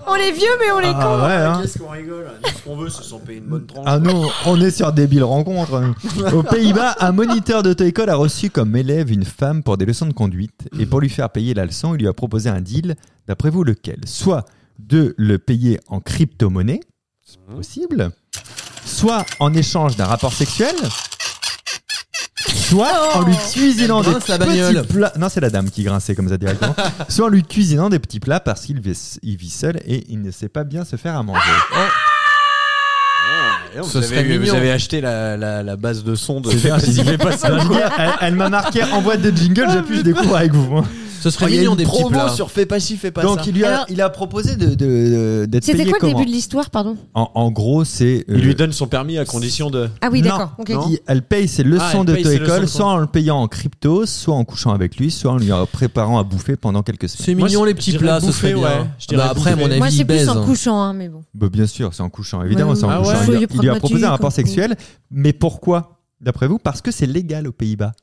On est vieux, mais on est
Ah ouais, hein.
Qu'est-ce qu'on rigole hein. Ce qu'on veut, c'est s'en payer une bonne tranche.
Ah non, on est sur débile rencontre. hein. Aux Pays-Bas, un moniteur d'auto-école a reçu comme élève une femme pour des leçons de conduite. Et pour lui faire payer la leçon, il lui a proposé un deal, d'après vous lequel Soit de le payer en crypto-monnaie, c'est
Mmh.
possible, soit en échange d'un rapport sexuel, soit en lui cuisinant
Oh. Elle
des
grince la
petits
bagnole.
plats. Non, c'est la dame qui grinçait comme ça directement. soit en lui cuisinant des petits plats parce qu'il vit, il vit seul et il ne sait pas bien se faire à manger.
Et on,
Ce
vous, avez,
serait
eu- vous
mignon.
avez acheté la, la, la base de son de.
Elle, elle m'a marqué en boîte de jingle,
Ah,
j'appuie, je découvre avec vous. hein.
Ce
Oh,
serait
il y a
mignon
une
des petits
promo
plats.
sur Fais pas ci, fais pas ça.
Donc il, lui a, il a proposé de, de- de- d'être
C'était
payé
quoi le
comment
début de l'histoire, pardon
en, en gros, c'est. euh,
Il lui donne son permis à condition de.
Ah oui,
Non,
d'accord. ok.
il- elle paye ses leçons
Ah, elle paye ses
d'auto-école,
leçons de
soit en le payant en crypto, soit en couchant avec lui, soit en lui en préparant à bouffer pendant quelques semaines.
C'est
Moi,
mignon
je-
les
je
petits
dirais
plats, ce
bouffer,
serait bien.
ouais. Je dirais
Bah après, à mon
bouffer.
avis,
Moi, c'est plus
il baise.
en
hein.
couchant, hein, mais bon.
Bah, bien sûr, c'est en couchant, évidemment,
Ouais,
c'est en
ouais.
Ah
couchant.
ouais.
Il, lui a-
Soyez
il lui a proposé un
pragmatique,
rapport
comme-
sexuel, mais pourquoi D'après vous, parce que c'est légal aux Pays-Bas.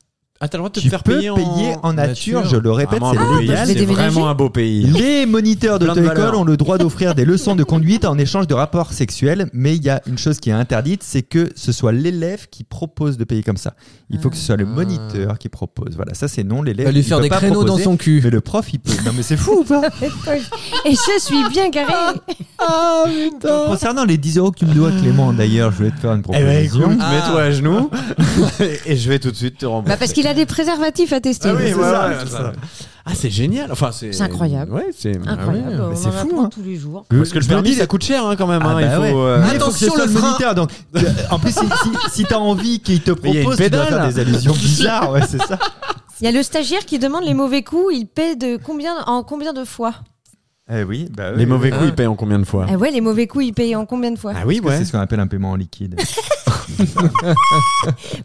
Ah, t'as le droit de te
Tu
faire
peux
payer en. Ah,
nature,
nature.
je le répète,
Vraiment un
c'est
beau
légal.
pays.
Je vais
C'est vraiment
déménager.
un beau pays.
Les moniteurs
Plein de
d'auto-école
valeurs.
ont le droit d'offrir des leçons de conduite en échange de rapports sexuels, mais il y a une chose qui est interdite, c'est que ce soit l'élève qui propose de payer comme ça. Il faut que ce soit
Ah.
le moniteur qui propose. Voilà, ça c'est non, l'élève.
Va lui
il
faire
peut
des
pas
créneaux
proposer,
dans son cul.
Mais le prof, il peut. Non, mais c'est fou ou pas
Et je suis bien carré.
Concernant les 10 euros que tu me dois, Clément, d'ailleurs, je voulais te faire une
Eh
proposition.
ben écoute,
Ah.
mets-toi à genoux et je vais tout de suite te rembourser.
Bah parce qu'il a des préservatifs à tester.
Ah oui,
C'est
ouais,
ça,
ouais,
c'est
ça.
ça.
Ah, c'est génial. Enfin, c'est
C'est incroyable.
Ouais, c'est ah
Incroyable.
ouais.
mais
on
c'est
en
fou,
apprend
hein.
tous les jours.
Parce que le
Je me
permis,
dis-
ça coûte cher hein, quand même.
Ah
hein.
bah
il faut.
ouais.
euh,
Mais il faut que ce
Attention,
soit le
le frein.
moniteur. Donc, euh, en plus, si, si, si t'as envie qu'il te
Mais il y a une
propose, tu dois
pédale.
faire des allusions bizarres. Ouais, c'est ça.
Il y a le stagiaire qui demande les mauvais coups. Il paie de combien en combien de fois
Eh oui, bah oui.
Les mauvais coups,
Ah.
ils payent en combien de fois
Ah ouais, les mauvais coups, il paye en combien de fois
Ah oui,
Est-ce que
ouais.
C'est ce qu'on appelle un paiement en liquide.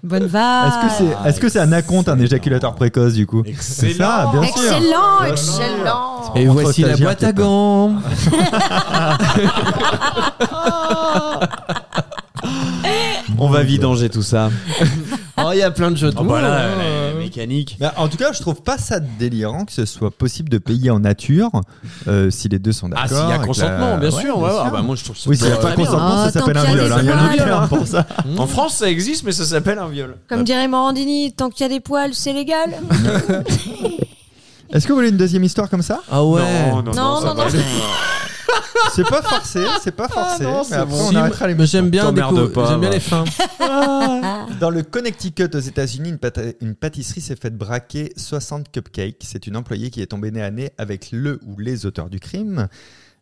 Bonne vague.
Est-ce que
Ah,
c'est est-ce que c'est un acompte, un éjaculateur précoce du coup C'est ça, bien sûr. Ah
excellent, excellent.
Et
Entre
voici la
stagiaires,
boîte à
peut-être.
gants.
On va vidanger tout ça. euh.
Oh, il y a plein de jeux de mots.
Ah bah voilà, mais mécanique.
Mais Bah, en tout cas, je trouve pas ça délirant que ce soit possible de payer en nature euh, si les deux sont d'accord.
Ah, s'il y a
avec la-
consentement, bien
Ouais,
sûr, on va voir. Bah, moi, je trouve ça
Oui, s'il n'y a
très
pas
bien.
consentement,
Ah,
ça s'appelle
tant
un
qu'il y a
viol.
des
hein. Il y a un
poils.
terme pour ça.
En France, ça existe, mais ça s'appelle un viol.
Comme dirait Morandini, tant qu'il y a des poils, c'est légal.
Est-ce que vous voulez une deuxième histoire comme ça
Ah ouais.
Non, non,
Non,
ça
non,
va.
non.
C'est pas forcé, c'est pas forcé.
Ah, non,
mais
c'est
après,
bon.
on arrêtera les
Mais j'aime bien,
T'emmerdes
découvrir-
pas,
j'aime bien
bah.
les fins.
Dans le Connecticut aux États-Unis, une, pâte- une pâtisserie s'est faite braquer 60 cupcakes. C'est une employée qui est tombée nez à nez avec le ou les auteurs du crime.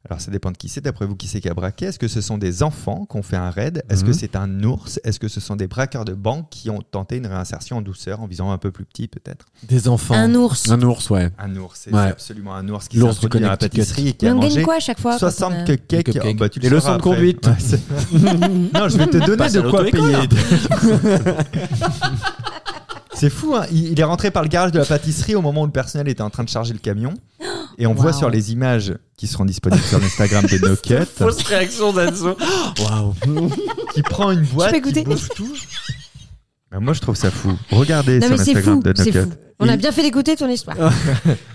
Alors ça dépend de qui c'est. D'après vous, qui c'est qui a braqué Est-ce que ce sont des enfants qui ont fait un raid Est-ce que
Mhm.
c'est un ours Est-ce que ce sont des braqueurs de banque qui ont tenté une réinsertion en douceur en visant un peu plus petit peut-être
Des enfants.
Un ours.
Un ours, ouais.
Un ours, c'est
Ouais.
c'est absolument un ours qui s'est
L'ours du
introduit dans la
Connecticut.
pâtisserie et qui
Mais
a
on gagne
mangé
quoi à chaque fois quand
60
on a-
cupcakes.
Des cupcakes.
Oh, bah, tu le
Des
sauras
leçons de
après.
conduite.
Ouais, c'est- non, je vais te
Bah,
donner
Passe
de
à
quoi payer.
l'auto-école.
C'est fou, hein. il il est rentré par le garage de la pâtisserie au moment où le personnel était en train de charger le camion. Et on voit
Wow.
sur les images qui seront disponibles sur l'Instagram de No Cut,
Fausse réaction d'Anso. Waouh.
qui prend une boîte,
peux
qui
goûter
bouffe tout. Ben, moi, je trouve ça fou. Regardez
Non
sur
mais c'est
l'Instagram
fou,
de No
c'est
Cut.
fou. On a
Il-
bien fait d'écouter ton histoire.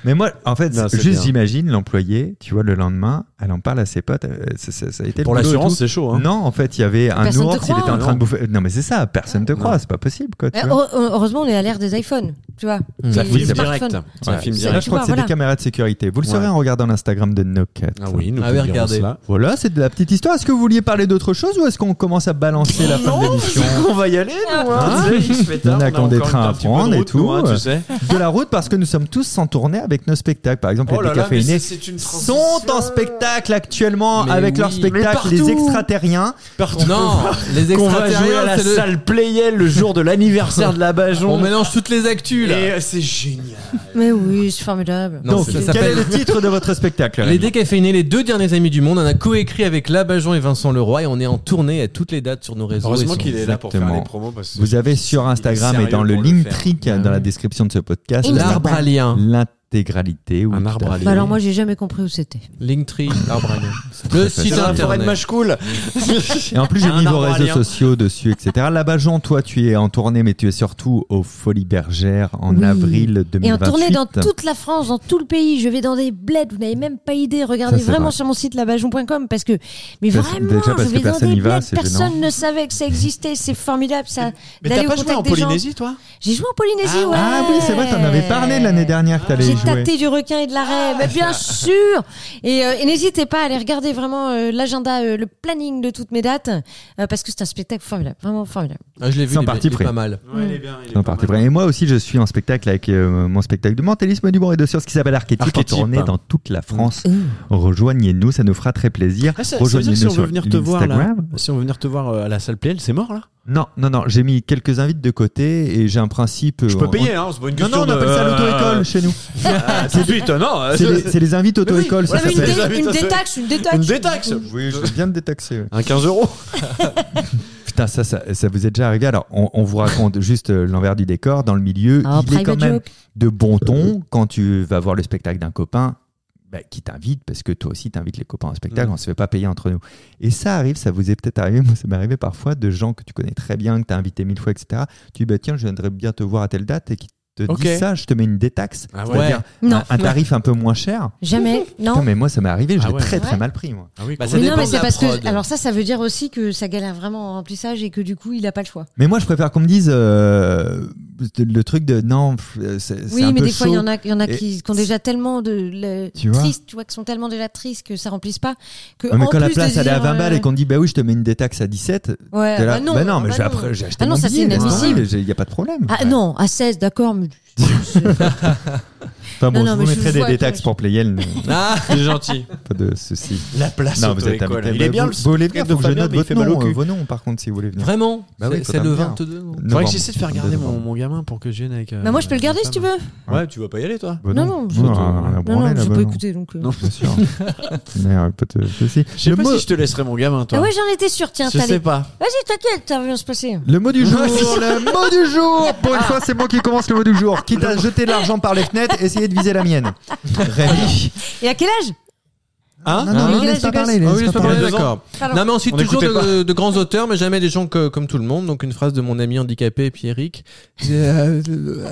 Mais moi, en fait,
Non, c'est
juste
bien.
j'imagine l'employé, tu vois, le lendemain, elle en parle à ses potes. euh, ça, ça- ça a été le
Pour
boulot et
l'assurance,
tout.
c'est chaud. Hein.
Non, en fait, il y avait un
Personne te
ours, il
croit, hein.
était en train
non.
de bouffer. Non, mais c'est ça, personne te croit, c'est pas possible, quoi. tu
Euh,
vois. Mmh.
heure- Heureusement, on est à l'ère des iPhones, tu vois.
Ça
Des
filme
smartphones.
C'est un
Ouais.
film
C'est-
Là, je
direct.
crois
vois,
que c'est
voilà.
des caméras de sécurité. Vous le
Ouais.
saurez en regardant l'Instagram de No Cut.
Ah oui, nous
Ah oui,
pouvons regarder.
regardez.
Cela.
Voilà, c'est de la petite histoire. Est-ce que vous vouliez parler d'autre chose ou est-ce qu'on commence à balancer la fin de l'émission
On va y aller,
Ah,
nous.
Hein
Tu sais, il se fait tard,
On a
encore
qu'on des
une
trains à
petite peu de
prendre et
route, nous,
tout,
hein,
euh,
Tu sais.
De la route parce que nous sommes tous en tournée avec nos spectacles. Par
Oh
exemple, les décaféinés
une
sont en spectacle actuellement
Mais
avec leur
oui.
Mais
spectacle
partout.
Les Extraterriens.
Non, les
Qu'on va jouer à
extraterriens,
la
c'est le-
salle Playel le jour de l'anniversaire de la Bajon.
on mélange toutes les actus
Et
là.
euh, c'est génial.
Mais oui, c'est formidable.
Non,
Donc,
ça
quel est
s'appelle-
le titre de votre spectacle
Les
Rémi
décaféinés, les deux derniers amis du monde, on a coécrit avec Labajon et Vincent Leroy et on est en tournée à toutes les dates sur nos réseaux.
Heureusement
Et
qu'il est là pour faire
Exactement.
les promos. parce que-
Vous avez sur Instagram et dans
sérieux
le
pour le faire. Ah
Linktree qui est dans
Ouais.
la description de ce podcast
Et
L'arbre alien.
l'intégralité. ou
Un
tout à
arbre
fait.
à
Bah alors moi, j'ai jamais compris où c'était.
Linktree, l'arbre alien. Le
facile.
site
Dans la forêt de
internet.
Machecoul.
Et en plus, j'ai
Un
mis vos
arbre à
réseaux
lien.
sociaux dessus, etc. Labajon, toi, tu es en tournée, mais tu es surtout aux Folies Bergères en
Oui.
avril 2028.
Et en tournée dans toute la France, dans tout le pays. Je vais dans des bleds, vous n'avez même pas idée. Regardez
Ça, c'est
vraiment
vrai.
sur mon site labajon.com parce que, mais
Parce-
vraiment,
déjà parce
je
que
vais dans
personne
des
y va,
bleds.
c'est
Personne ne savait que ça existait. C'est formidable ça.
Mais
d'aller
t'as pas
au
joué en
contact des gens.
Polynésie, toi
J'ai joué en Polynésie, ouais.
Ah oui, c'est vrai, t'en avais parlé l'année dernière que t'allais y
J'ai
jouer. Ah.
tâté du requin et de la raie, mais bien sûr. Et, euh, et n'hésitez pas à aller regarder vraiment euh, l'agenda, euh, le planning de toutes mes dates, euh, parce que c'est un spectacle formidable, vraiment formidable.
Ah, je l'ai vu,
Sans
il est-
parti
il est
pris.
pas mal.
Ouais, il est bien. il est
Non,
pas
parti
mal.
pris. Et moi aussi, je suis en spectacle avec euh, mon spectacle de mentalisme, d'humour et de science qui s'appelle Archétype,
Archétype.
en tournée dans toute la France. Rejoignez-nous, ça nous fera très plaisir.
Ah, ça- ça veut dire
Rejoignez-nous
que si on
sur
veut venir te voir là,
Instagram.
si on veut venir te voir euh, à la salle Playel, c'est mort là.
Non, non, non, j'ai mis quelques invites de côté et j'ai un principe.
Je
euh,
peux
on-
payer, hein, c'est pas une
Non,
question
non, on
de-
appelle ça l'auto-école
Euh,
chez nous.
euh, Tout de suite, non. euh,
Ah, C'est les, c'est les invites auto-école,
Mais oui,
ça
voilà,
une,
s'appelle.
dé-
dé- une détaxe, une détaxe.
Une détaxe.
Oui, je viens de détaxer.
Un 15 euros.
Putain, ça, ça, ça vous est déjà arrivé. Alors, on, on vous raconte juste euh, l'envers du décor. Dans le milieu,
Ah,
il est quand
private
même
joke.
de bon ton quand tu vas voir le spectacle d'un copain bah, qui t'invite, parce que toi aussi t'invites les copains à un spectacle,
Mm.
on se fait pas payer entre nous. Et ça arrive, ça vous est peut-être arrivé, moi ça m'est arrivé parfois, de gens que tu connais très bien, que t'as invité mille fois, etc. Tu dis, bah tiens, je viendrais bien te voir à telle date, et qui te
Ok.
dit ça, je te mets une détaxe,
Ah
c'est-à-dire
Non.
un, un tarif un peu moins cher.
Jamais,
Putain,
non.
mais moi ça m'est arrivé, je
Ah
l'ai
ouais.
très très
Ouais.
mal pris, moi.
Ah oui,
Bah,
quand
ça
même.
Mais
dépend
non, mais
de
c'est
la
parce
prod.
que alors ça, ça veut dire aussi que ça galère vraiment en remplissage et que du coup, il a pas le choix.
Mais moi je préfère qu'on me dise euh, le truc de non, pff, euh, c'est c'est
Oui,
un
mais
peu
des fois, il y en a, il y en a
Et-
qui, qui ont déjà tellement de le-
Tu vois
tristes, tu vois, qui sont tellement déjà tristes que ça remplisse pas. Que
Ouais, mais
en
quand la
plus de
place elle est à
dire,
20 balles
euh,
et qu'on te dit bah oui je te mets une détaxe à 17,
Ouais,
T'es là,
bah non,
bah non, mais
bah
j'ai
non.
après- j'ai acheté
Ah non,
mon
ça,
billet,
c'est
moi,
inadmissible.
j'ai- Il n'y a pas de problème.
Ah non, à 16, d'accord, mais
Enfin bon,
non, non,
je
mais
vous
je
mettrai des
vous vois,
détaxes
je-
pour Playel, mais
Ah,
C'est gentil.
pas de soucis.
La place
Non, vous êtes
auto-école.
invités.
Il est
Bah,
bien
vous,
le
vous voulez venir,
spectacle
faut que je
de Fabien,
note
mais il
votre
fait mal au
nom, euh,
cul.
vos noms par contre si vous voulez venir.
vraiment
Bah oui,
C'est-
faut
C'est
t'en
le
dire.
22.
Faudrait que
Novembre.
j'essaie de faire garder mon,
Novembre.
mon gamin pour que je vienne avec. euh,
Ah,
Bah moi, je peux le garder si
ma
tu
femme.
veux.
Ouais, tu vas pas y aller toi
Bah
Non,
non,
non,
non,
je-
on a- on a
Non,
branlé,
non,
là,
j'ai
bah
pas
non.
écouté donc. euh.
Non.
Bien sûr. Mais, euh, pas de soucis.
Je sais
Le
pas
mot-
si je te laisserai mon gamin toi.
Ah ouais, j'en étais sûre, tiens,
je sais
t'allais.
pas.
Vas-y, t'inquiète, ça va bien se passer.
Le mot du jour, le mot du jour. Pour une fois, c'est moi qui commence le mot du jour. Quitte à jeter de l'argent par les fenêtres, essayez de viser la mienne. Rémi,
Et à quel âge
Hein
Non, non,
Hein
ne laisse pas parler.
Ah
laisse
oui, laisse
pas
pas
parler.
parler,
Deux ans.
d'accord.
Pardon.
Non, mais ensuite,
On
toujours
n'écoutait
de, de grands auteurs, mais jamais des gens que- comme tout le monde. Donc, une phrase de mon ami handicapé, Pierrick. Euh, euh,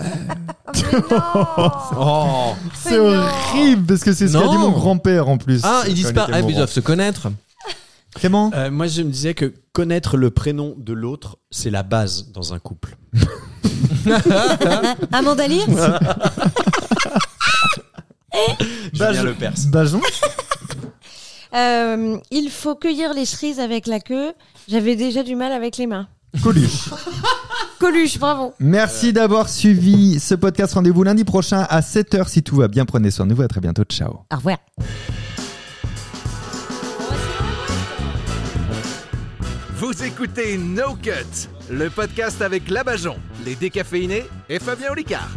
Oh
C'est horrible parce que c'est ce qu'a
Non.
dit mon grand-père en plus.
Ah, ils disent pas, ah, mais ils doivent se connaître.
Clément
Euh, Moi, je me disais que connaître le prénom de l'autre, c'est la base dans un couple.
Amanda Lear
Julien
je-
Lepers.
Bajon
Euh, Il faut cueillir les cerises avec la queue. J'avais déjà du mal avec les mains.
Coluche.
Coluche, bravo.
Merci d'avoir suivi ce podcast. Rendez-vous lundi prochain à 7h si tout va bien. Prenez soin de vous. À très bientôt. Ciao.
Au revoir.
Vous écoutez No Cut, le podcast avec Labajon, les décaféinés et Fabien Olicard.